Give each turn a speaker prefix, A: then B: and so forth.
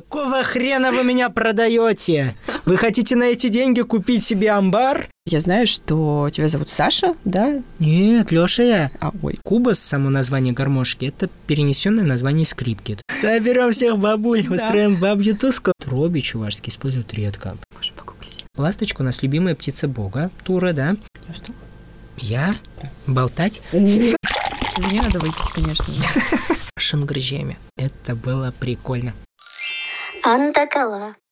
A: Какого хрена вы меня продаете? Вы хотите на эти деньги купить себе амбар?
B: Я знаю, что тебя зовут Саша, да?
A: Нет, Лёша я.
B: А, ой.
A: Кубас, само название гармошки, это перенесенное название скрипки. Соберем всех бабуль,
B: Да.
A: устроим бабью туску. Троби чувашский используют редко.
B: Можно погуглить.
A: Ласточка у нас любимая птица бога, Тура, да?
B: Ну что?
A: Я? Болтать?
B: Не надо выпить, конечно. же.
A: Шангржеми. Это было прикольно.
C: Антакала.